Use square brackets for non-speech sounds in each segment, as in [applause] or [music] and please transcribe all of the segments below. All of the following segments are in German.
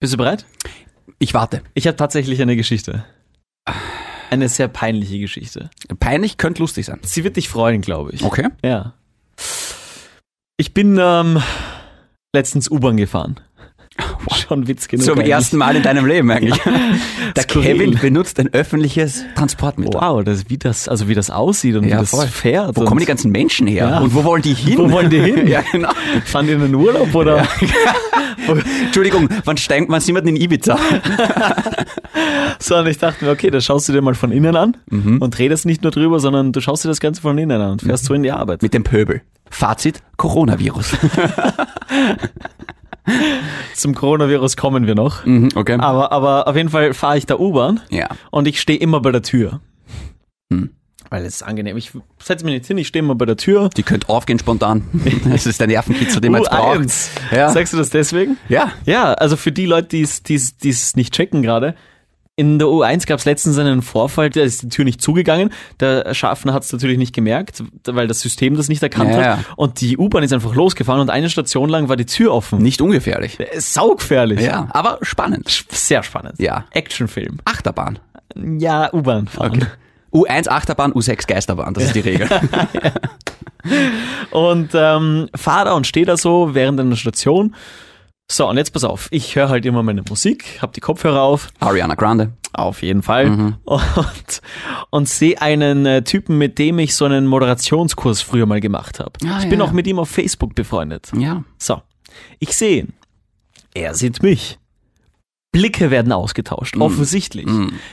Bist du bereit? Ich warte. Ich habe tatsächlich eine Geschichte. Eine sehr peinliche Geschichte. Peinlich könnte lustig sein. Sie wird dich freuen, glaube ich. Okay. Ja. Ich bin ähm, letztens U-Bahn gefahren. Schon Witz genug. Zum eigentlich. ersten Mal in deinem Leben eigentlich. [laughs] [laughs] Der Skurril. Kevin benutzt ein öffentliches Transportmittel. Wow, das, wie das, also wie das aussieht und Ja, wie das voll. fährt. Wo und kommen die ganzen Menschen her? Ja. Und wo wollen die hin? Wo wollen die hin? [laughs] ja, genau. Fahren die in den Urlaub oder? Entschuldigung, wann, steigen, wann sind wir denn [laughs] in Ibiza? Sondern ich dachte mir, okay, das schaust du dir mal von innen an Mhm. und redest nicht nur drüber, sondern du schaust dir das Ganze von innen an und fährst so in die Arbeit. Mit dem Pöbel. Fazit, [laughs] Coronavirus. Zum Coronavirus kommen wir Mhm. noch. okay. Aber, aber auf jeden Fall fahre ich da U-Bahn Ah. Ja. und ich stehe immer bei der Tür. Hm. Weil es ist angenehm. Ich setze mich nicht hin, ich stehe immer bei der Tür. Die könnte [laughs] aufgehen spontan. Das ist der Nervenkitzel, den man Uh, jetzt braucht. U1. Ja. Sagst du das deswegen? ja. Ja, also für die Leute, die es- die es die es nicht checken gerade, in der U1 gab es letztens einen Vorfall, da ist die Tür nicht zugegangen. Der Schaffner hat es natürlich nicht gemerkt, weil das System das nicht erkannt Ja, ja. hat. Und die U-Bahn ist einfach losgefahren und eine Station lang war die Tür offen. Nicht ungefährlich. Saugefährlich. Ja, aber spannend. Sehr spannend. Ja. Actionfilm. Achterbahn. Ja, U-Bahn fahren. U1 Achterbahn, U6 Geisterbahn, das ist [laughs] die Regel. Und ähm, fahr da und steh da so während einer Station. So, und jetzt pass auf. Ich höre halt immer meine Musik, hab die Kopfhörer auf. Ariana Grande. Auf jeden Fall. Mhm. Und, und sehe einen äh, Typen, mit dem ich so einen Moderationskurs früher mal gemacht habe. Ah, ich ja, bin auch ja. mit ihm auf Facebook befreundet. Ja. So, ich sehe ihn. Er sieht mich. Blicke werden Mhm. ausgetauscht, offensichtlich.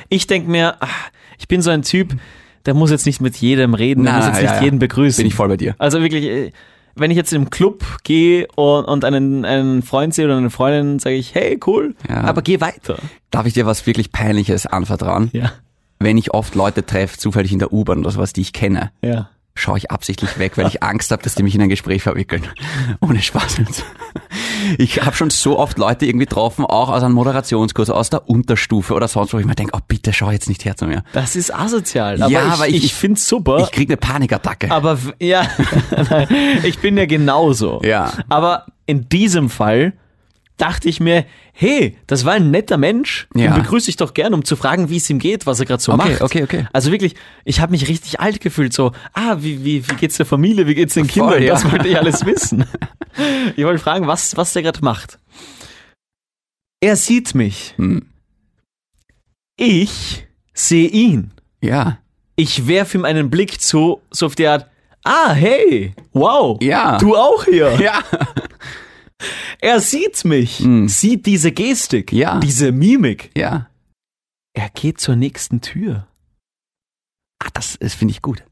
Ich denke mir, ach, ich bin so ein Typ, der muss jetzt nicht mit jedem reden, der Na, muss jetzt ja, nicht ja. jeden begrüßen. Bin ich voll bei dir. Also wirklich, äh, wenn ich jetzt im Club gehe und, und einen, einen Freund sehe oder eine Freundin, sage ich, hey, cool, Ja. aber geh weiter. Darf ich dir was wirklich Peinliches anvertrauen? Ja, Wenn ich oft Leute treffe, zufällig in der U-Bahn oder sowas, die ich kenne, ja. schaue ich absichtlich weg, [laughs] weil ich Angst habe, dass die mich in ein Gespräch verwickeln. [laughs] Ohne Spaß. jetzt. Ich habe schon so oft Leute irgendwie getroffen, auch aus einem Moderationskurs, aus der Unterstufe oder sonst wo, ich mir denke, oh bitte schau jetzt nicht her zu mir. Das ist asozial. Aber Ja, ich, aber ich, ich- finde es super. Ich [laughs] krieg eine Panikattacke. Ah. aber w- ja, [laughs] nein, ich bin ja genauso. Ja. Aber in diesem Fall dachte ich mir, hey, das war ein netter Mensch. Ja. Den begrüße ich doch gern, um zu fragen, wie es ihm geht, was er gerade so Okay, macht. okay, okay. Also wirklich, ich habe mich richtig alt gefühlt. So, ah, wie, wie, wie geht's der Familie, wie geht's den Voll, Kindern? ja. Das wollte ich alles [laughs] wissen. Ich wollte fragen, was, was der gerade macht. Er sieht mich. Hm. Ich sehe ihn Ja, ich werfe ihm einen Blick zu, so auf die Art, ah, hey, wow, ja. du auch hier. Ja. Er sieht mich, sieht diese Gestik, Mm. Ja. diese Mimik. Ja. Er geht zur nächsten [laughs] Tür. Ah, das, das finde ich gut.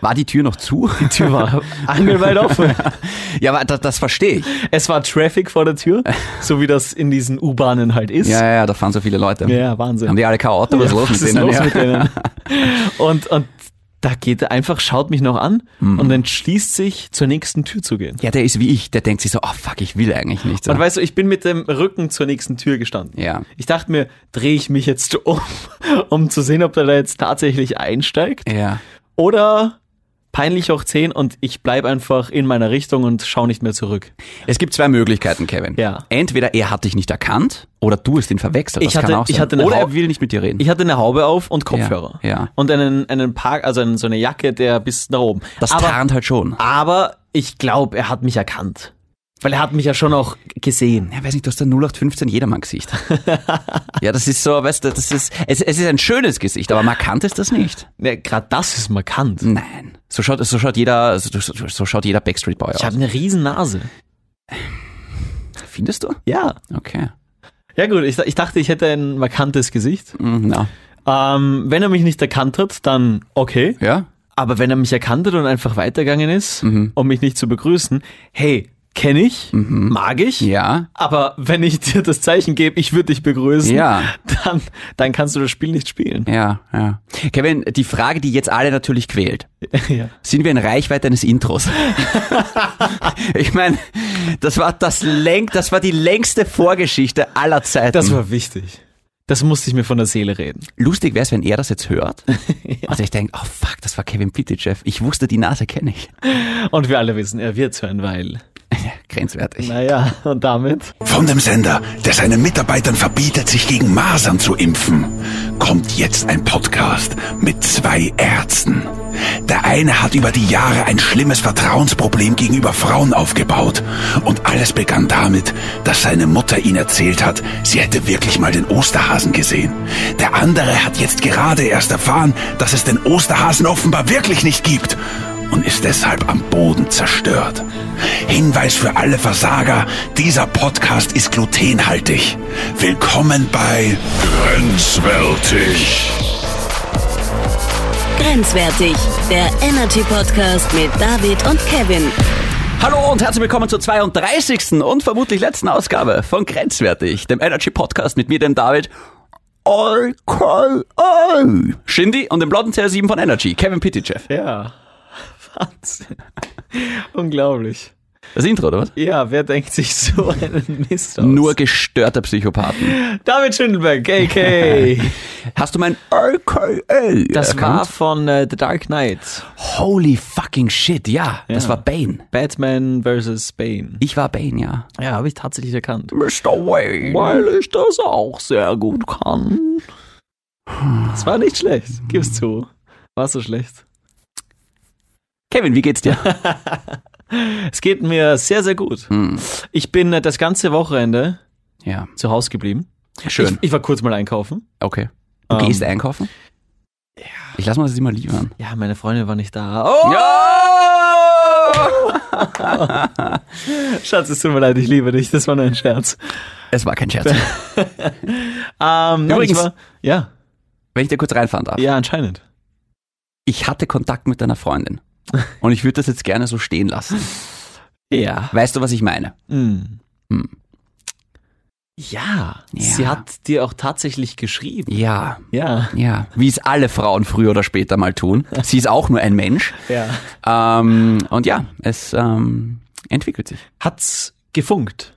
War die Tür noch zu? Die Tür war angelweit offen. Ja, aber das, das verstehe ich. Es war Traffic vor der [laughs] Tür, so wie das in diesen U-Bahnen halt ist. Ja, ja, ja, da fahren so viele Leute. ja Wahnsinn. Haben die alle kein Auto? Was ist Ja, los was mit ist denen? los ja. mit denen? [laughs] Und, und da geht er einfach, schaut mich noch an Mhm. und entschließt sich, zur nächsten Tür zu gehen. ja, der ist wie ich. Der denkt sich so, oh fuck, ich will eigentlich nicht. So. Und weißt du, ich bin mit dem Rücken zur nächsten Tür gestanden. Ja. Ich dachte mir, drehe ich mich jetzt [laughs] um, um zu sehen, ob der da jetzt tatsächlich einsteigt Ja. oder peinlich hoch 10 und ich bleib einfach in meiner Richtung und schaue nicht mehr zurück. Es gibt zwei Möglichkeiten, Kevin. Ja. Entweder er hat dich nicht erkannt oder du hast ihn verwechselt. Ich das hatte- kann auch ich sein. hatte eine oder Hau- er will nicht mit dir reden. Ich hatte eine Haube auf und Kopfhörer. ja. Und einen, einen Park, also einen, so eine Jacke, der bis nach oben. das aber, tarnt halt schon. aber ich glaube, er hat mich erkannt. Weil er hat mich ja schon auch gesehen. Ja, weiß nicht, du hast ein [laughs] 0815 Jedermann-Gesicht. ja, das ist so, weißt du, das ist, es, es ist ein schönes Gesicht, aber markant ist das nicht. Ja, Gerade das ist markant. Nein. So schaut, so schaut jeder, so, so, so schaut jeder Backstreet Boy Ich aus. habe eine riesen Nase. Findest du? Ja. Okay. Ja gut, ich, ich dachte, ich hätte ein markantes Gesicht. Mm, na. Ähm, wenn er mich nicht erkannt hat, dann okay. Ja? Aber wenn er mich erkannt hat und einfach weitergegangen ist, Mhm. um mich nicht zu begrüßen, hey, kenne ich, mag ich. Ja. Aber wenn ich dir das Zeichen gebe, ich würde dich begrüßen, Ja. dann, dann kannst du das Spiel nicht spielen. Ja, ja. Kevin, die Frage, die jetzt alle natürlich quält. [laughs] Ja. Sind wir in Reichweite eines Intros? [laughs] ich meine, das war das läng das war die längste Vorgeschichte aller Zeiten. Das war wichtig. Das musste ich mir von der Seele reden. Lustig wäre es, wenn er das jetzt [laughs] hört. Also ich denke, oh fuck, das war Kevin Pitychev. Ich [laughs] wusste, die Nase kenne ich. Und wir alle wissen, er wird hören, weil grenzwertig. Naja, und damit. Von dem Sender, der seinen Mitarbeitern verbietet, sich gegen Masern zu impfen, kommt jetzt ein Podcast mit zwei Ärzten. Der eine hat über die Jahre ein schlimmes Vertrauensproblem gegenüber Frauen aufgebaut. Und alles begann damit, dass seine Mutter ihn erzählt hat, sie hätte wirklich mal den Osterhasen gesehen. Der andere hat jetzt gerade erst erfahren, dass es den Osterhasen offenbar wirklich nicht gibt und ist deshalb am Boden zerstört. Hinweis für alle Versager, dieser Podcast ist glutenhaltig. Willkommen bei Grenzwertig. Grenzwertig, der Energy Podcast mit David und Kevin. Hallo und herzlich willkommen zur 32. und vermutlich letzten Ausgabe von Grenzwertig, dem Energy Podcast mit mir, dem David. Alkohol, oh. Shindy und dem blonden CR7 von Energy, Kevin Pitychev. Ja. Wahnsinn. Unglaublich. Das Intro, oder was? Ja, wer denkt sich so einen Mist aus? Nur gestörter Psychopathen. David Schindelberg, AK. Hast du mein RKL [laughs] Das war erkannt? von äh, The Dark Knight. Holy fucking shit, ja. Das Ja. war Bane. Batman vs. Bane. Ich war Bane, ja. Ja, habe ich tatsächlich erkannt. Mr. Wayne. ich das auch sehr gut kann. Das war nicht schlecht, gib's zu. War so schlecht. Kevin, wie geht's dir? Es geht mir sehr, sehr gut. Hm, Ich bin äh, das ganze Wochenende ja, zu Hause geblieben. schön. Ich, ich war kurz mal einkaufen. okay. Du Ähm, gehst einkaufen? Ich lass mal das immer liefern. Ja, meine Freundin war nicht da. Oh, Schatz, es tut mir leid, ich liebe dich. Das war nur ein Scherz. Es war kein Scherz. [laughs] Ähm, nein, Übrigens- ich war, ja, Wenn ich dir kurz reinfahren darf. ja, anscheinend. Ich hatte Kontakt mit deiner [laughs] Freundin. Und ich würde das jetzt gerne so stehen lassen. Ja. Weißt du, was ich meine? Mm. Hm. Ja, Ja. sie hat dir auch tatsächlich geschrieben. Ja, Ja. ja. Wie es alle Frauen früher oder später mal tun. Sie ist auch nur ein Mensch. ja. Ähm, und ja, es ähm, entwickelt sich. Hat's gefunkt.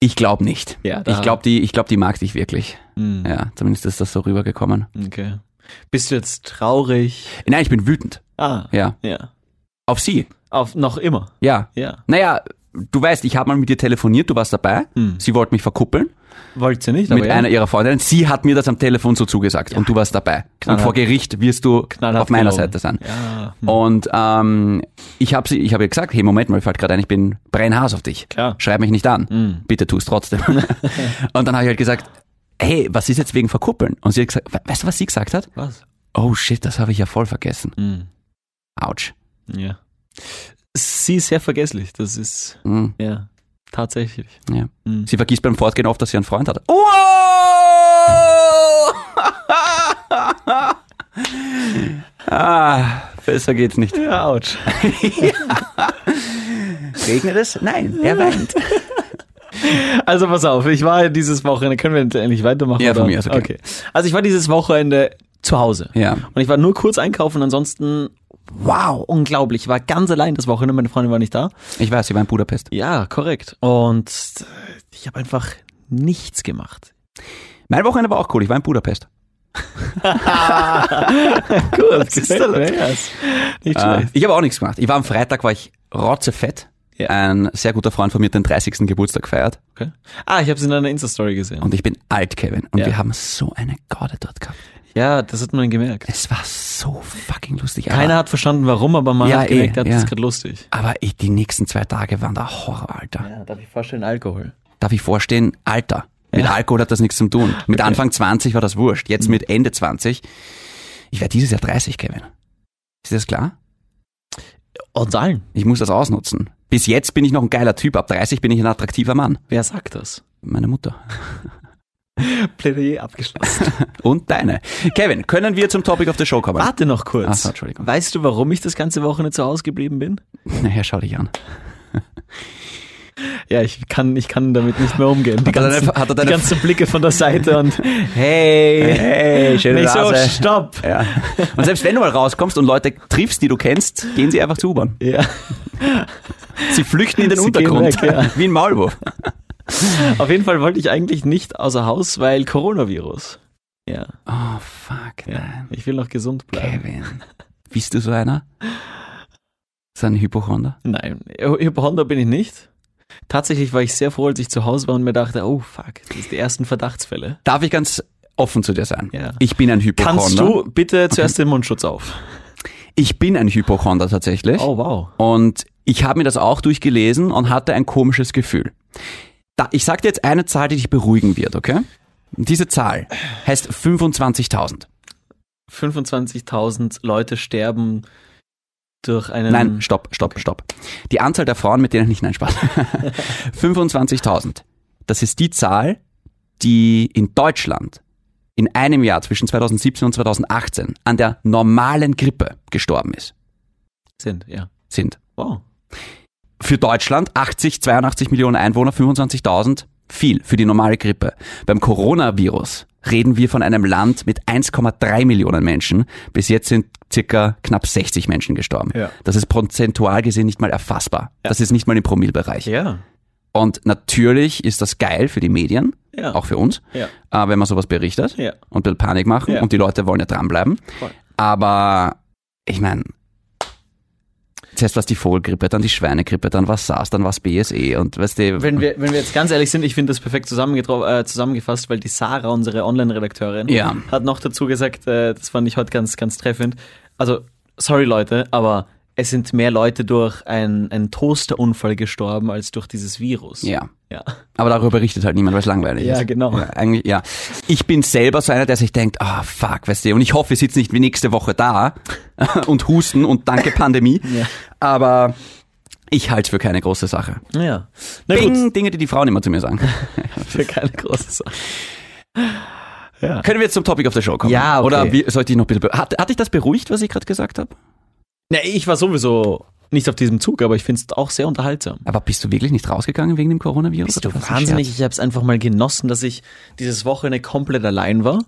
Ich glaube nicht. Ja, da- ich glaube, die, ich glaub, die mag dich wirklich. Mm. Ja, zumindest ist das so rübergekommen. Okay. Bist du jetzt traurig? Nein, ich bin wütend. Ah, Ja. ja. Auf sie. Auf noch immer. Ja. Ja. Naja, du weißt, ich habe mal mit dir telefoniert, du warst dabei. Sie wollte mich verkuppeln Wollt ihr nicht, mit aber Hm. ja. einer ihrer Freundinnen. Sie hat mir das am Telefon so zugesagt und du warst dabei. Und Knallhart. vor Gericht wirst du Knallhart auf meiner gelogen. Hm. Seite sein. Ja, Und ähm, ich habe sie, ich habe ihr gesagt, hey Moment mal, ich fällt gerade ein, ich bin brennhaas auf dich. Klar. Hm. Schreib mich nicht an. Mhm. Bitte tu es [laughs] trotzdem. und dann habe ich halt gesagt, hey, was ist jetzt wegen Verkuppeln? Und sie hat gesagt, we- weißt du, was sie gesagt hat? was? Oh shit, das habe ich ja voll vergessen. Mm. Autsch. Ja. Sie ist sehr vergesslich, das ist, Mhm. ja, tatsächlich. Ja. Mhm. Sie vergisst beim Fortgehen oft, dass sie einen Freund hat. Wow! [laughs] ah, besser geht's nicht. Ja, ouch. Regnet es? Nein, er weint. Also pass auf, ich war dieses Wochenende, können wir jetzt endlich weitermachen? Ja, oder? von mir aus, okay. Also ich war dieses Wochenende zu Hause. Ja. Und ich war nur kurz einkaufen, ansonsten, wow, unglaublich. Ich war ganz allein das Wochenende, meine Freundin war nicht da. Ich weiß, sie war in Budapest. Ja, korrekt. Und ich habe einfach nichts gemacht. Mein Wochenende war auch cool, ich war in Budapest. Gut, das ist doch Nicht Ah, schlecht. ich habe auch nichts gemacht. Ich war am Freitag, war ich rotzefett. Ja. Ein sehr guter Freund von mir hat den 30. Geburtstag feiert. Okay. Ah, ich habe es in deiner Insta-Story gesehen. Und ich bin alt, Kevin. Und Ja. wir haben so eine Garde dort gehabt. Ja, das hat man gemerkt. Es war so fucking lustig. Aber- Keiner hat verstanden, warum, aber man Ja, hat gemerkt, eh, das ja. ist gerade lustig. Aber ey, die nächsten zwei Tage waren der Horror, Alter. Ja, darf ich vorstellen, Alkohol. Darf ich vorstehen, Alter. Mit Alkohol hat das nichts zu tun. Mit Anfang 20 war das wurscht. Mhm. Jetzt mit Ende 20. Ich werde dieses Jahr 30, Kevin. Ist das klar? Und allen. Ich muss das ausnutzen. Bis jetzt bin ich noch ein geiler Typ. Ab 30 bin ich ein attraktiver Mann. Wer sagt das? Meine Mutter. [laughs] Plädoyer abgeschlossen. Und deine. Kevin, können wir zum Topic of the Show kommen? [laughs] Warte noch Ach kurz. so, Entschuldigung. weißt du, warum ich das ganze Wochenende zu Hause geblieben bin? Naja, schau dich an. Ja, ich kann, ich kann damit nicht mehr umgehen. Die, Hat er ganzen, deine- hat die er deine- ganzen Blicke von der Seite und hey, [laughs] Hey, schöne nicht so, Nase. stopp. Ja. Und selbst wenn du mal rauskommst und Leute triffst, die du kennst, gehen sie einfach zur U-Bahn. Ja, [laughs] Sie flüchten in den Sie gehen Untergrund. weg, ja. Wie ein Maulwurf. auf jeden Fall wollte ich eigentlich nicht außer Haus, weil Coronavirus. Ja, Oh, fuck, nein. ja. ich will noch gesund bleiben. Kevin. Bist du so einer? So ein Hypochonder? Nein, Hypochonder bin ich nicht. Tatsächlich war ich sehr froh, als ich zu Hause war und mir dachte, oh fuck, das ist die ersten Verdachtsfälle. Darf ich ganz offen zu dir sein? Ja. Ich bin ein Hypochonder. Kannst du bitte zuerst den Mundschutz auf? Ich bin ein Hypochonder tatsächlich. Oh wow. Und ich habe mir das auch durchgelesen und hatte ein komisches Gefühl. Da, ich sag dir jetzt eine Zahl, die dich beruhigen wird, okay? Diese Zahl heißt 25.000. 25.000 Leute sterben durch einen. Nein, stopp, stopp, stopp. Die Anzahl der Frauen, mit denen ich nein Spaß. 25.000. Das ist die Zahl, die in Deutschland in einem Jahr zwischen 2017 und 2018 an der normalen Grippe gestorben ist, sind, ja. sind. Wow. Für Deutschland 80, 82 Millionen Einwohner, 25.000, viel für die normale Grippe. Beim Coronavirus reden wir von einem Land mit 1,3 Millionen Menschen. Bis jetzt sind circa knapp 60 Menschen gestorben. Ja. Das ist prozentual gesehen nicht mal erfassbar. Das ist nicht mal im Promilbereich. Ja. Und natürlich ist das geil für die Medien, Ja. auch für uns, Ja. äh, wenn man sowas berichtet Ja. und will Panik machen Ja. und die Leute wollen ja dranbleiben. Voll. Aber ich meine, zuerst war es die Vogelgrippe, dann die Schweinegrippe, dann war es SARS, dann war es BSE E und weißt du, Wenn wir, wenn wir jetzt ganz ehrlich sind, ich finde das perfekt zusammengetro- äh, zusammengefasst, weil die Sarah, unsere Online-Redakteurin, Ja. hat noch dazu gesagt, äh, das fand ich heute ganz, ganz treffend. Also, sorry Leute, aber es sind mehr Leute durch ein- einen Toasterunfall gestorben als durch dieses Virus. ja. Ja. Aber darüber berichtet halt niemand, weil es langweilig Ja, ist. genau. Ja, eigentlich, ja. Ich bin selber so einer, der sich denkt, ah, fuck, weißt du, und ich hoffe, wir sitzen nicht wie nächste Woche da [laughs] und husten und danke Pandemie. Aber ich halte es für keine große Sache. Ja. Na gut, Bing, Dinge, die die Frauen immer zu mir sagen. für keine große Sache. Können wir jetzt zum Topic of the Show kommen? Ja, okay. Oder wie, sollte ich noch bitte... be- Hat, hat dich das beruhigt, was ich gerade gesagt habe? Na, ich war sowieso nicht auf diesem Zug, aber ich finde es auch sehr unterhaltsam. Aber bist du wirklich nicht rausgegangen wegen dem Coronavirus? Bist du Oder was? wahnsinnig? Ich habe es einfach mal genossen, dass ich dieses Wochenende komplett allein war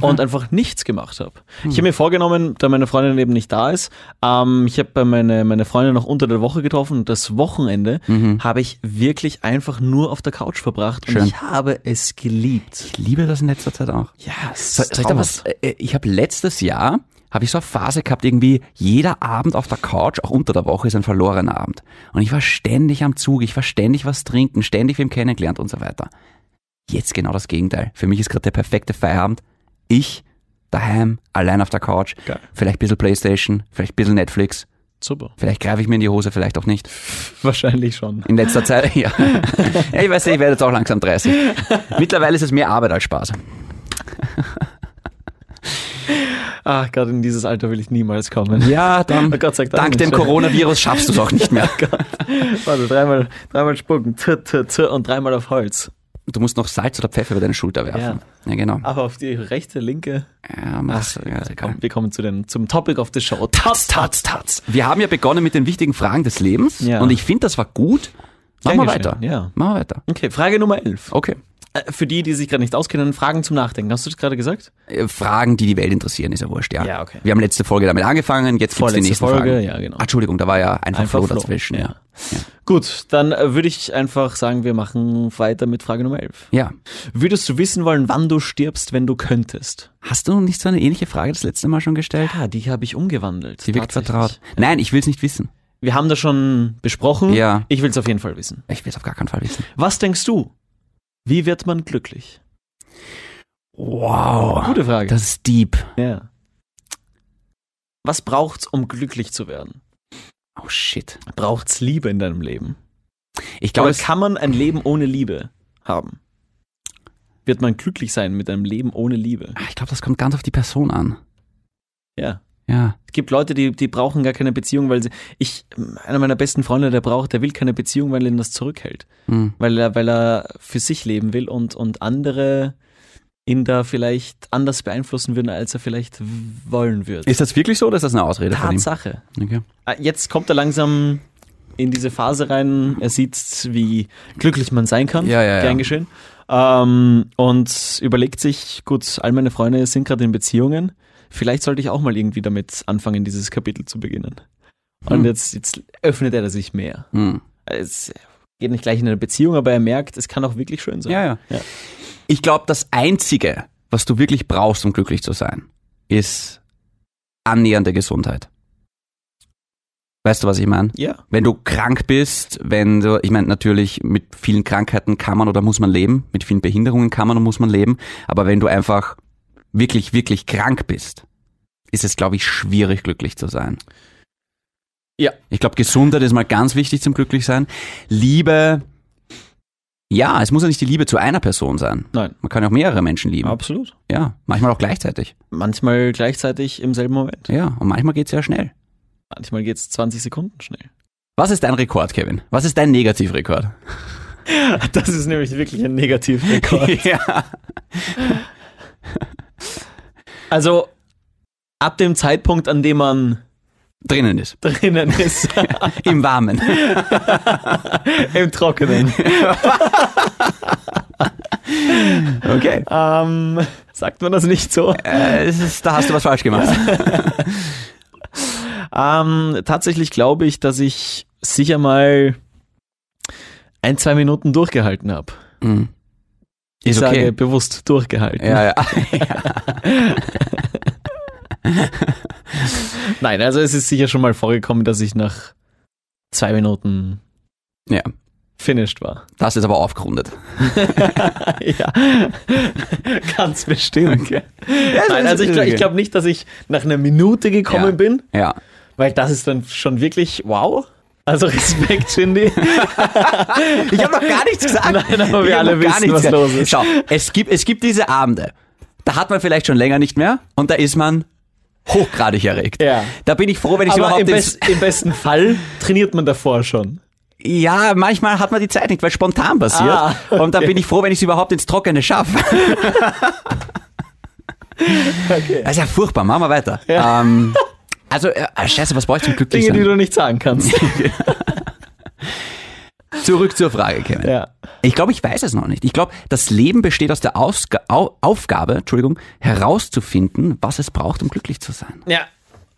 und einfach nichts gemacht habe. Ich habe mir vorgenommen, da meine Freundin eben nicht da ist, ähm, ich habe meine, meine Freundin noch unter der Woche getroffen und das Wochenende habe ich wirklich einfach nur auf der Couch verbracht Schön. und ich habe es geliebt. Ich liebe das in letzter Zeit auch. Ja, Soll, soll ich da was? äh, Ich habe letztes Jahr habe ich so eine Phase gehabt, irgendwie jeder Abend auf der Couch, auch unter der Woche, ist ein verlorener Abend. Und ich war ständig am Zug, ich war ständig was trinken, ständig wem kennengelernt und so weiter. Jetzt genau das Gegenteil. Für mich ist gerade der perfekte Feierabend. Ich daheim, allein auf der Couch, Geil. vielleicht ein bisschen Playstation, vielleicht ein bisschen Netflix, Super. [laughs] vielleicht greife ich mir in die Hose, vielleicht auch nicht. Wahrscheinlich schon. In letzter Zeit, ja. ja ich weiß nicht, ich werde jetzt auch langsam 30. Mittlerweile ist es mehr Arbeit als Spaß. Ach, gerade in dieses Alter will ich niemals [laughs] kommen. Ja, dann, Oh Gott sei Dank. dank dem Coronavirus schaffst du es auch nicht [laughs] mehr. Warte, dreimal, dreimal spucken, t, t, t und dreimal auf Holz. Du musst noch Salz oder Pfeffer über deine Schulter werfen. Ja, genau. Aber auf die rechte, linke. Ja, mach's, ja, ist egal. Ah. Komm, wir kommen zu den, zum Topic of the Show. Tats, tats, tats. Wir haben ja begonnen mit den wichtigen Fragen des Lebens Ja. und ich finde, das war gut. Machen wir Dankeschön, weiter. ja. Machen wir weiter. Okay, Frage Nummer 11. Okay. Äh, Für die, die sich gerade nicht auskennen, Fragen zum Nachdenken. Hast du das gerade gesagt? Äh, Fragen, die die Welt interessieren, ist ja wurscht, ja. Ja, okay. Wir haben letzte Folge damit angefangen, jetzt gibt's die Vorletzte nächste Folge, Fragen. ja, genau. Ah, Entschuldigung, da war ja einfach, Einfach Flow Flow, dazwischen, ja. ja. Gut, dann äh, würde ich einfach sagen, wir machen weiter mit Frage Nummer 11. Ja. Würdest du wissen wollen, wann du stirbst, wenn du könntest? Hast du nicht so eine ähnliche Frage das letzte Mal schon gestellt? Ja, die habe ich umgewandelt. Die wirkt tatsächlich. vertraut. Nein, ich will's nicht wissen. Wir haben das schon besprochen. Ja. Ich will es auf jeden Fall wissen. Ich will's auf gar keinen Fall wissen. Was denkst du? Wie wird man glücklich? Wow. Gute Frage. Das ist deep. ja. Was braucht's, um glücklich zu werden? Oh shit. Braucht's Liebe in deinem Leben? Ich Oder glaube, es- kann man ein Leben ohne Liebe haben? Wird man glücklich sein mit einem Leben ohne Liebe? Ah, ich glaube, das kommt ganz auf die Person an. Ja. Ja. Es gibt Leute, die, die brauchen gar keine Beziehung, weil sie. Ich, einer meiner besten Freunde, der braucht, der will keine Beziehung, weil ihn das zurückhält. Hm. Weil er, weil er für sich leben will und, und andere ihn da vielleicht anders beeinflussen würden, als er vielleicht w- wollen würde. Ist das wirklich so oder ist das eine Ausrede Tatsache. von ihm? Okay. Ah, Jetzt kommt er langsam in diese Phase rein. Er sieht, wie glücklich man sein kann. Ja, ja, ja. Gern geschehen. Ähm, und überlegt sich, gut, all meine Freunde sind gerade in Beziehungen. Vielleicht sollte ich auch mal irgendwie damit anfangen, dieses Kapitel zu beginnen. Und Hm. jetzt, jetzt öffnet er sich mehr. Hm. Es geht nicht gleich in eine Beziehung, aber er merkt, es kann auch wirklich schön sein. Ja, ja. Ja. Ich glaube, das Einzige, was du wirklich brauchst, um glücklich zu sein, ist annähernde Gesundheit. Weißt du, was ich meine? Ja. Wenn du krank bist, wenn du, ich meine, natürlich mit vielen Krankheiten kann man oder muss man leben, mit vielen Behinderungen kann man und muss man leben, aber wenn du einfach wirklich, wirklich krank bist, ist es, glaube ich, schwierig, glücklich zu sein. Ja. Ich glaube, Gesundheit ist mal ganz wichtig zum Glücklichsein. Liebe, ja, es muss ja nicht die Liebe zu einer Person sein. Nein. Man kann ja auch mehrere Menschen lieben. Absolut. Ja, manchmal auch gleichzeitig. Manchmal gleichzeitig im selben Moment. Ja, und manchmal geht's ja schnell. Manchmal geht's 20 Sekunden schnell. [laughs] Was ist dein Rekord, Kevin? Was ist dein Negativrekord? Das ist nämlich wirklich ein Negativrekord. [laughs] ja. Also ab dem Zeitpunkt, an dem man Drinnen ist. drinnen [laughs] ist, Im Warmen. im Trockenen, [laughs] Okay. ähm, sagt man das nicht so? Äh, es ist, da hast du was falsch gemacht. Ähm, tatsächlich glaube ich, dass ich sicher mal ein, zwei Minuten durchgehalten habe. [laughs] Mhm. Ich Ist sage okay. bewusst durchgehalten. Ja, ja. Nein, also es ist sicher schon mal vorgekommen, dass ich nach zwei Minuten ja. finished war. [laughs] Das ist aber aufgerundet. ja, ganz bestimmt. Nein, das also ist ich, glaub- ich okay. glaube nicht, dass ich nach einer Minute gekommen Ja. bin, Ja. weil das ist dann schon wirklich wow. Also [laughs] Respekt, Shindy. Ich habe noch gar nichts gesagt. Nein, aber wir Ich hab alle noch gar wissen, nichts was gesagt. los ist. Schau, es gibt, es gibt diese Abende, da hat man vielleicht schon länger nicht mehr und da ist man hochgradig erregt. Ja. Da bin ich froh, wenn ich Aber überhaupt im, ins- best, im besten Fall trainiert man davor schon. Ja, manchmal hat man die Zeit nicht, weil spontan passiert. Ah, Und da okay. bin ich froh, wenn ich es überhaupt ins [laughs] Trockene schaffe. Das ist ja furchtbar, machen wir weiter. Ähm, also, äh, scheiße, was brauche ich zum Dinge, die Glücklichsein? du nicht sagen [laughs] kannst. Zurück zur Frage, Kevin. ja. Ich glaube, ich weiß es noch nicht. Ich glaube, das Leben besteht aus der Ausga Au Aufgabe, Entschuldigung, herauszufinden, was es braucht, um glücklich zu sein. ja,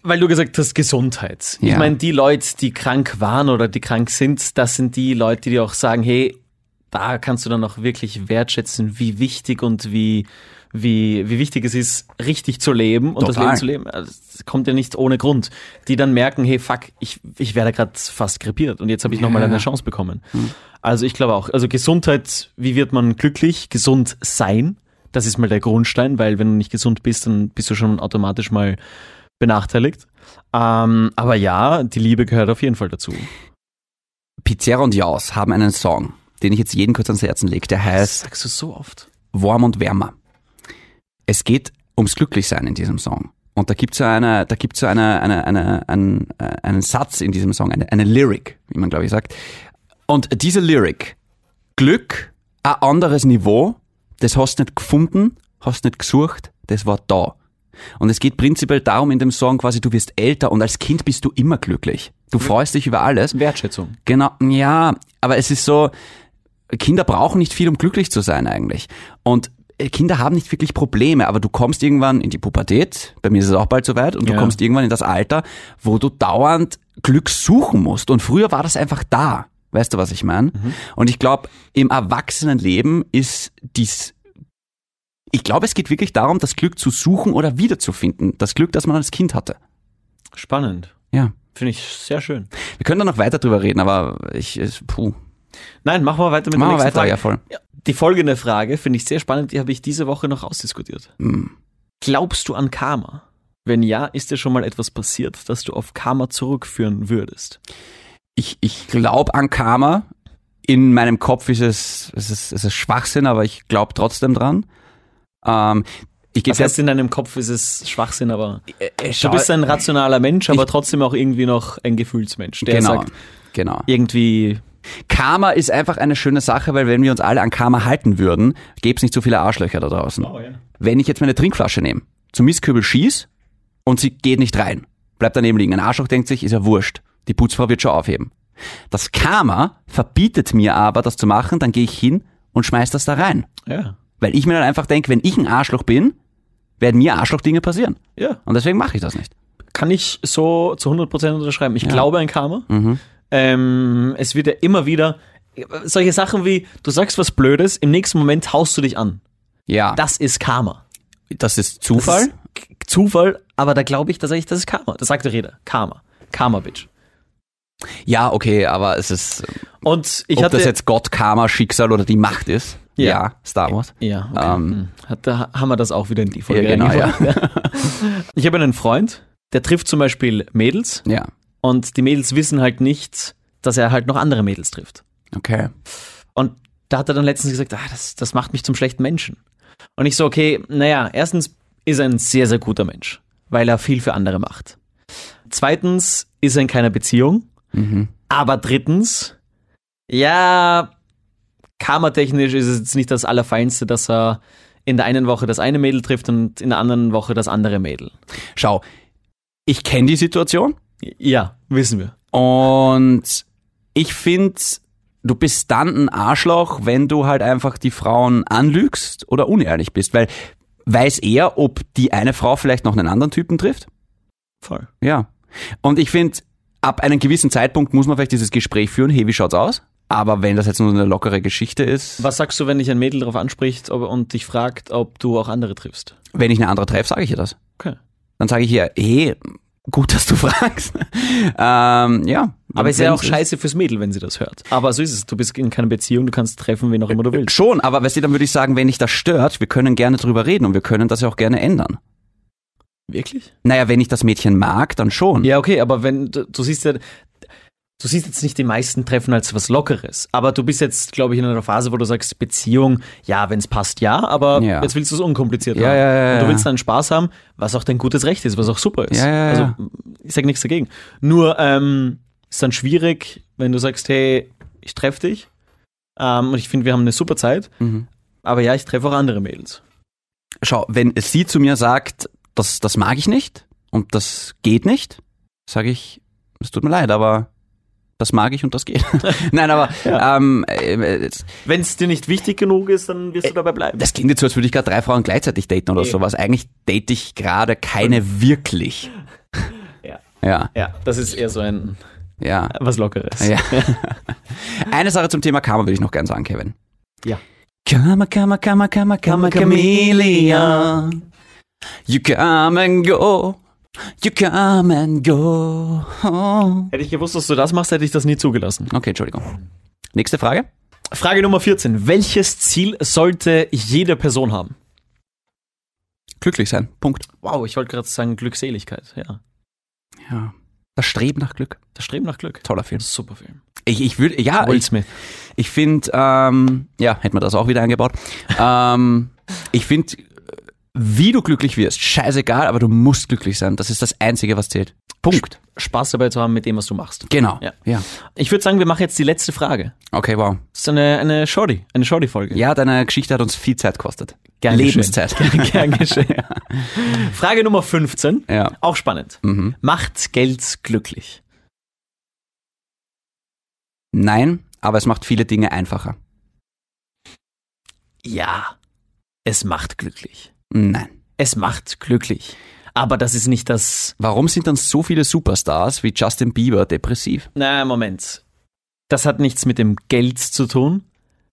weil du gesagt hast, Gesundheit. Ich Ja. meine, die Leute, die krank waren oder die krank sind, das sind die Leute, die auch sagen, hey, da kannst du dann auch wirklich wertschätzen, wie wichtig und wie, wie, wie wichtig es ist, richtig zu leben und das Total. Leben zu leben. Also, Das kommt ja nicht ohne Grund. Die dann merken, hey, fuck, ich, ich werde gerade fast krepiert und jetzt habe ich nochmal Ja. Hm. eine Chance bekommen. Also ich glaube auch, also Gesundheit, wie wird man glücklich? Gesund sein, das ist mal der Grundstein, weil wenn du nicht gesund bist, dann bist du schon automatisch mal benachteiligt. Ähm, aber ja, die Liebe gehört auf jeden Fall dazu. Pizzeria und Jaws haben einen Song, den ich jetzt jeden kurz ans Herzen lege, der heißt Das sagst du so oft. warm und wärmer. Es geht ums Glücklichsein in diesem Song. Und da gibt es so, eine, da gibt's so eine, eine, eine, einen, äh, einen Satz in diesem Song, eine, eine Lyric, wie man glaube ich sagt. Und diese Lyric, Glück, ein anderes Niveau, das hast du nicht gefunden, hast nicht gesucht, das war da. Und es geht prinzipiell darum in dem Song quasi, du wirst älter und als Kind bist du immer glücklich. Du freust dich über alles. Wertschätzung. Genau, ja, aber es ist so, Kinder brauchen nicht viel, um glücklich zu sein eigentlich. Und äh, Kinder haben nicht wirklich Probleme, aber du kommst irgendwann in die Pubertät, bei mir ist es auch bald soweit, und du Ja. kommst irgendwann in das Alter, wo du dauernd Glück suchen musst. Und früher war das einfach da. Weißt du, was ich meine? Mhm. Und ich glaube, im Erwachsenenleben ist dies ich glaube, es geht wirklich darum, das Glück zu suchen oder wiederzufinden. Das Glück, das man als Kind hatte. Spannend. Ja. Finde ich sehr schön. Wir können da noch weiter drüber reden, aber ich, es- puh. Nein, machen wir weiter mit Machen der wir nächsten weiter, Frage. ja voll. Ja, Die folgende Frage finde ich sehr spannend, die habe ich diese Woche noch ausdiskutiert. Hm. Glaubst du an Karma? Wenn ja, ist dir schon mal etwas passiert, das du auf Karma zurückführen würdest? ich, ich glaube an Karma. In meinem Kopf ist es, es ist, es ist Schwachsinn, aber ich glaube trotzdem dran. Ähm, ich gebe Das heißt, in deinem Kopf ist es Schwachsinn, aber jetzt, du bist ein rationaler Mensch, aber Ich- trotzdem auch irgendwie noch ein Gefühlsmensch, der genau, sagt, genau. irgendwie, Karma ist einfach eine schöne Sache, weil wenn wir uns alle an Karma halten würden, gäbe es nicht so viele Arschlöcher da draußen. Wenn ich jetzt meine Trinkflasche nehme, zum Mistkübel schieß und sie geht nicht rein, bleibt daneben liegen. Ein Arschloch denkt sich, ist ja wurscht. Die Putzfrau wird schon aufheben. Das Karma verbietet mir aber, das zu machen, dann gehe ich hin und schmeiß das da rein. ja, Weil ich mir dann einfach denke, wenn ich ein Arschloch bin, werden mir Arschlochdinge passieren. ja, Und deswegen mache ich das nicht. kann ich so zu 100% unterschreiben. Ich glaube an Karma. Mhm. Ähm, es wird ja immer wieder solche Sachen wie, du sagst was Blödes, im nächsten Moment haust du dich an. Ja, das, Das ist Karma. ist Zufall. Das ist K- Zufall, aber da glaube ich tatsächlich, das ist Karma. Das sagt doch jeder. Karma. Karma, Bitch. Ja, okay, aber es ist, Und ich ob hatte das jetzt Gott, Karma, Schicksal oder die Macht ist. Ja. Ja, Star Wars. Ja, okay. Ähm. Hm. Hat, da haben wir das auch wieder in die Folge Ja, genau, reingebracht, ja. Ich habe einen Freund, der trifft zum Beispiel Mädels [laughs] Ja, und die Mädels wissen halt nicht, dass er halt noch andere Mädels trifft. okay. Und da hat er dann letztens gesagt, ah, das, das macht mich zum schlechten Menschen. Und ich so, okay, naja, erstens ist er ein sehr, sehr guter Mensch, weil er viel für andere macht. Zweitens ist er in keiner Beziehung. Mhm. Aber drittens, ja, karmatechnisch ist es jetzt nicht das Allerfeinste, dass er in der einen Woche das eine Mädel trifft und in der anderen Woche das andere Mädel. Schau, ich kenne die Situation Ja, wissen wir. und ich finde, du bist dann ein Arschloch, wenn du halt einfach die Frauen anlügst oder unehrlich bist, weil weiß er, ob die eine Frau vielleicht noch einen anderen Typen trifft? Voll. Ja. Und ich finde, ab einem gewissen Zeitpunkt muss man vielleicht dieses Gespräch führen, hey, wie schaut's aus? Aber wenn das jetzt nur eine lockere Geschichte ist, Was sagst du, wenn dich ein Mädel darauf anspricht ob, und dich fragt, ob du auch andere triffst? wenn ich eine andere treffe, sage ich ihr das. Okay. Dann sage ich ihr, hey, gut, dass du [laughs] fragst. ähm, ja. Aber es ist ja Wenn's auch scheiße fürs Mädel, wenn sie das hört. Äh, Aber so ist es. Du bist in keiner Beziehung, du kannst treffen, wen auch immer du willst. Schon, aber weißt du, dann würde ich sagen, wenn dich das stört, wir können gerne drüber reden und wir können das ja auch gerne ändern. Wirklich? Naja, wenn ich das Mädchen mag, dann schon. Ja, okay, aber wenn du, du siehst ja, du siehst jetzt nicht die meisten Treffen als was Lockeres, aber du bist jetzt, glaube ich, in einer Phase, wo du sagst, Beziehung, ja, wenn es passt, ja, aber Ja. jetzt willst du es unkompliziert Ja, haben. ja, ja, Und du ja. willst dann Spaß haben, was auch dein gutes Recht ist, was auch super ist. Ja, ja, ja. Also ich sag nichts dagegen. Nur ähm, ist dann schwierig, wenn du sagst, hey, ich treffe dich ähm, und ich finde, wir haben eine super Zeit, Mhm. aber ja, ich treffe auch andere Mädels. Schau, wenn es sie zu mir sagt, das, das mag ich nicht und das geht nicht, sage ich, es tut mir leid, aber das mag ich und das geht. [laughs] Nein, aber ähm, äh, äh, Wenn es dir nicht wichtig genug ist, dann wirst du dabei bleiben. das klingt jetzt so, als würde ich gerade drei Frauen gleichzeitig daten oder Nee. sowas. Eigentlich date ich gerade keine wirklich. Ja. Ja, Ja, das ist eher so ein ja. was Lockeres. Ja. [laughs] Eine Sache zum Thema Karma würde ich noch gern sagen, Kevin. Ja. Karma, Karma, Karma, Karma, Karma, Chameleon. You come and go. You come and go. Oh. Hätte ich gewusst, dass du das machst, hätte ich das nie zugelassen. Okay, Entschuldigung. Nächste Frage. Frage Nummer 14. Welches Ziel sollte jede Person haben? Glücklich sein. Punkt. Wow, ich wollte gerade sagen Glückseligkeit. Ja, Ja. Das Streben nach Glück. das Streben nach Glück. Toller Film. Super Film. Ich, ich würde, ja, Will ich, Smith. ich finde, ähm, ja, hätten wir das auch wieder eingebaut. ähm, ich finde, wie du glücklich wirst, scheißegal, aber du musst glücklich sein. Das ist das Einzige, was zählt. Punkt. Spaß dabei zu haben mit dem, was du machst. Genau. Ja. ja. Ich würde sagen, wir machen jetzt die letzte Frage. Okay, wow. Das ist eine, eine Shorty, eine Shorty-Folge. Ja, deine Geschichte hat uns viel Zeit gekostet. Gern Lebenszeit. [laughs] Gern [laughs] geschehen. Frage Nummer 15. Ja. Auch spannend. Mhm. Macht Geld glücklich? Nein, aber es macht viele Dinge einfacher. Ja, es macht glücklich. Nein. Es macht glücklich. Aber das ist nicht das Warum sind dann so viele Superstars wie Justin Bieber depressiv? Na, Moment. Das hat nichts mit dem Geld zu tun.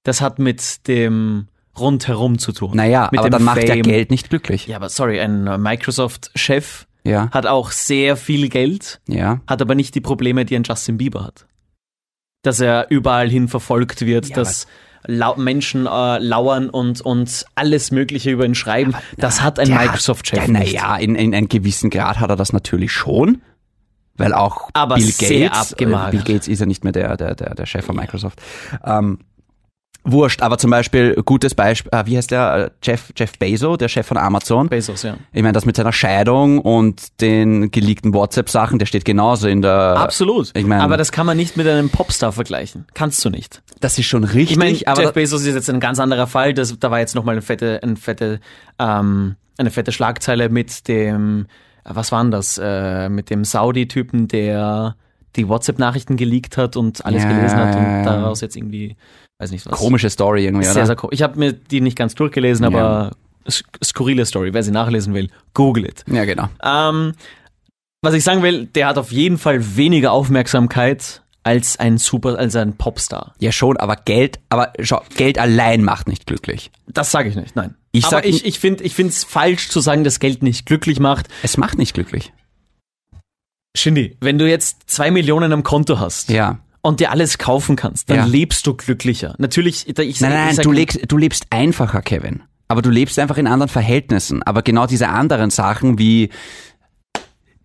Das hat mit dem Rundherum zu tun. Naja, mit aber dem dann macht ja Fame. Geld nicht glücklich. Ja, aber sorry, ein äh, Microsoft-Chef Ja. hat auch sehr viel Geld, Ja. hat aber nicht die Probleme, die ein Justin Bieber hat. Dass er überall hin verfolgt wird, Ja, dass lau Menschen äh, lauern und, und alles Mögliche über ihn schreiben. das hat ein Der hat- Microsoft-Chef Ja, nicht. naja, in, in einem gewissen Grad hat er das natürlich schon. Weil auch Aber Bill Gates, äh, sehr abgemagert. Bill Gates ist ja nicht mehr der, der, der, der Chef von Microsoft. Ähm, wurscht, aber zum Beispiel, gutes Beispiel, äh, wie heißt der? Jeff, Jeff Bezos, der Chef von Amazon. Bezos, ja. Ich meine, das mit seiner Scheidung und den geleakten WhatsApp-Sachen, der steht genauso in der. Absolut. ich meine- aber das kann man nicht mit einem Popstar vergleichen. Kannst du nicht. Das ist schon richtig, Ich meine, aber. Jeff Bezos ist jetzt ein ganz anderer Fall. Das, da war jetzt nochmal eine fette, eine fette, ähm, eine fette Schlagzeile mit dem, äh, was war denn das? Äh, mit dem Saudi-Typen, der die WhatsApp-Nachrichten geleakt hat und alles Ja, gelesen hat ja, und ja. daraus jetzt irgendwie, weiß nicht was. komische Story irgendwie, Sehr, oder? sehr komisch. Ich habe mir die nicht ganz durchgelesen, aber sk- skurrile Story. Wer sie nachlesen will, google it. ja, genau. Ähm, was ich sagen will, der hat auf jeden Fall weniger Aufmerksamkeit als ein Super, als ein Popstar. Ja, schon, aber Geld, aber schau, Geld allein macht nicht glücklich. Das sage ich nicht, nein. Ich Aber sag- ich, ich finde es falsch zu sagen, dass Geld nicht glücklich macht. Es macht nicht glücklich. Shindy, wenn du jetzt zwei Millionen am Konto hast Ja. und dir alles kaufen kannst, dann Ja. lebst du glücklicher. Natürlich, da- ich, Nein, ich nein, sag- du, legst, du lebst einfacher, Kevin. Aber du lebst einfach in anderen Verhältnissen. Aber genau diese anderen Sachen wie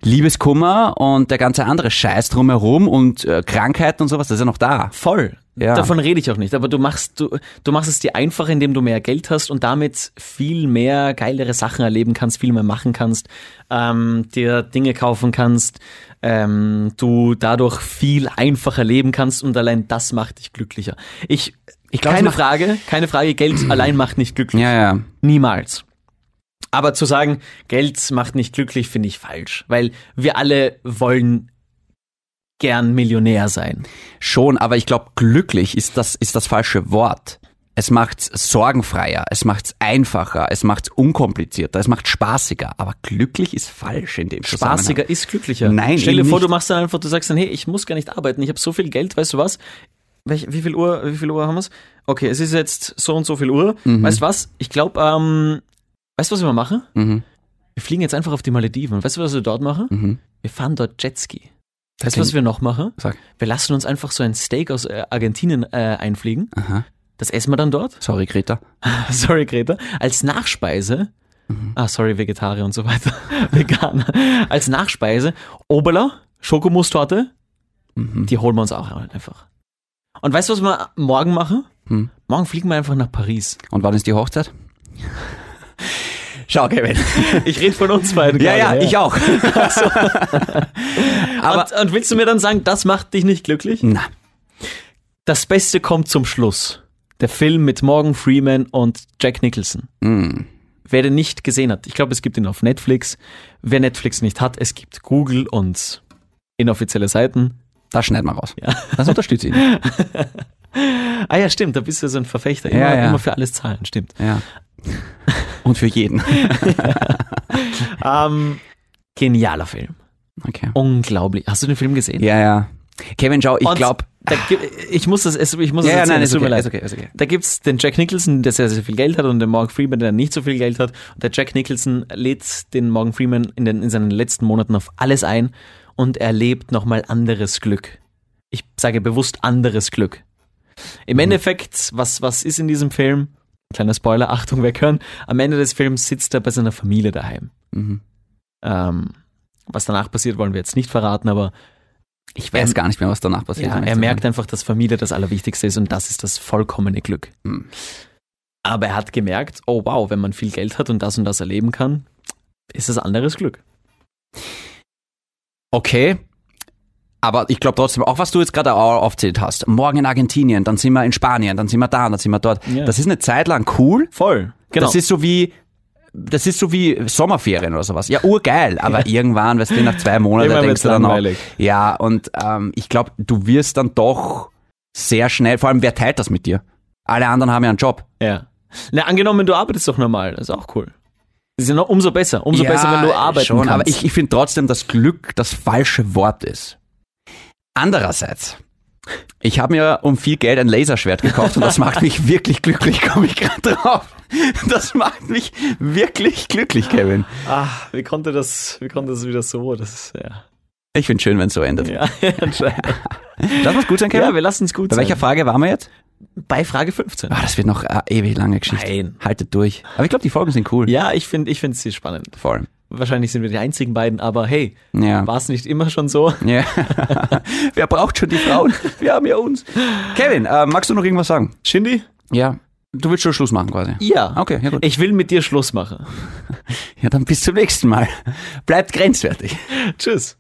Liebeskummer und der ganze andere Scheiß drumherum und äh, Krankheiten und sowas, das ist ja noch da. Voll. Ja. Davon rede ich auch nicht. Aber du machst, du, du machst es dir einfach, indem du mehr Geld hast und damit viel mehr geilere Sachen erleben kannst, viel mehr machen kannst, ähm, dir Dinge kaufen kannst, ähm, du dadurch viel einfacher leben kannst und allein das macht dich glücklicher. Ich, ich glaub, es keine macht- Frage, keine Frage, [clears throat] Geld allein macht nicht glücklich. Ja, ja. Niemals. Aber zu sagen, Geld macht nicht glücklich, finde ich falsch, weil wir alle wollen gern Millionär sein. Schon, aber ich glaube, glücklich ist das, ist das falsche Wort. Es macht's sorgenfreier, es macht's einfacher, es macht's unkomplizierter, es macht spaßiger. Aber glücklich ist falsch in dem Zusammenhang. Spaßiger ist glücklicher. Nein, Stell dir eben vor, nicht. du machst dann einfach, du sagst dann, hey, ich muss gar nicht arbeiten, ich habe so viel Geld, weißt du was? Welch, wie viel Uhr, wie viel Uhr haben wir's? Okay, es ist jetzt so und so viel Uhr. Weißt du was? Ich glaube, ähm, weißt du, was wir machen? Mhm. Wir fliegen jetzt einfach auf die Malediven. Weißt du, was wir dort machen? Mhm. Wir fahren dort Jetski. Weißt Weißt du, was wir noch machen? Sag. Wir lassen uns einfach so ein Steak aus äh, Argentinien äh, einfliegen. Aha. Das essen wir dann dort. Sorry, Greta. [laughs] sorry, Greta. Als Nachspeise. Mhm. Ah, sorry, Vegetarier und so weiter. [laughs] Veganer. Als Nachspeise. Oberla, Schokomustorte. Mhm. Die holen wir uns auch einfach. Und weißt du, was wir morgen machen? Mhm. Morgen fliegen wir einfach nach Paris. [laughs] Und wann ist die Hochzeit? Schau, Kevin. Ich rede von uns beiden. [laughs] Ja, ja, ich auch. Aber Hm. Und, und willst du mir dann sagen, das macht dich nicht glücklich? na, Das Beste kommt zum Schluss. Der Film mit Morgan Freeman und Jack Nicholson. mm, Wer den nicht gesehen hat, ich glaube, es gibt ihn auf Netflix. Wer Netflix nicht hat, es gibt Google und inoffizielle Seiten. das schneiden wir raus. Das unterstütze [laughs] ich. nicht. Ah ja, stimmt, da bist du so ein Verfechter. Immer, Ja, ja. immer für alles zahlen, stimmt. Ja. Und für jeden. Ähm, genialer Film. Okay. Unglaublich. Hast du den Film gesehen? Ja, ja. Kevin, schau, ich Und glaube. da gi- Ich muss das, es- ich muss das Ja, ja, erzählen, nein, es ist tut mir okay, leid. ist okay, ist okay. Da gibt es den Jack Nicholson, der sehr, sehr viel Geld hat und den Morgan Freeman, der nicht so viel Geld hat. Und der Jack Nicholson lädt den Morgan Freeman in, den, in seinen letzten Monaten auf alles ein und erlebt nochmal anderes Glück. Ich sage bewusst anderes Glück. Im Endeffekt, was, was ist in diesem Film? Kleiner Spoiler, Achtung, weghören. Am Ende des Films sitzt er bei seiner Familie daheim. Mhm. Ähm, was danach passiert, wollen wir jetzt nicht verraten, aber Ich weiß gar nicht mehr, was danach passiert. ja, um ehrlich er zu merkt sein. einfach, dass Familie das Allerwichtigste ist und das ist das vollkommene Glück. Mhm. Aber er hat gemerkt, oh wow, wenn man viel Geld hat und das und das erleben kann, ist es anderes Glück. Okay. Aber ich glaube trotzdem, auch was du jetzt gerade au- aufzählt hast, morgen in Argentinien, dann sind wir in Spanien, dann sind wir da, dann sind wir dort. Ja. Das ist eine Zeit lang cool, Voll. Genau. Das ist so wie, das ist so wie Sommerferien oder sowas. Ja, urgeil, [laughs] aber irgendwann, weißt du, nach zwei Monaten Irgendwann wird's denkst du dann auch. langweilig. Ja, und ähm, ich glaube, du wirst dann doch sehr schnell, vor allem wer teilt das mit dir? Alle anderen haben ja einen Job. ja. Na, angenommen, du arbeitest doch normal, das ist auch cool. Das ist ja noch umso besser, umso ja, besser, wenn du arbeiten schon, kannst. aber ich, ich finde trotzdem, dass Glück das falsche Wort ist. Andererseits, ich habe mir um viel Geld ein Laserschwert [laughs] gekauft und das macht mich wirklich glücklich, komme ich gerade drauf. Das macht mich wirklich glücklich, Kevin. Ach, Ah, wie konnte das, wie konnte das wieder so? Das ist, ja. Ich finde schön, wenn es so endet. Ja, [laughs] anscheinend. Lass uns gut sein, Kevin. ja wir lassen es gut Bei welcher sein. Frage waren wir jetzt? Bei Frage 15. Ah, das wird noch eine ewig lange Geschichte. Nein. Haltet durch. Aber ich glaube, die Folgen sind cool. Ja, ich finde ich find sie spannend. Voll. Wahrscheinlich sind wir die einzigen beiden, aber hey, Ja. war es nicht immer schon so? ja. [laughs] Wer braucht schon die Frauen? Wir haben ja uns. Kevin, äh, magst du noch irgendwas sagen? Shindy? Ja. Du willst schon Schluss machen quasi. Ja. Okay, ja gut. Ich will mit dir Schluss machen. Ja, dann bis zum nächsten Mal. Bleibt grenzwertig. Tschüss.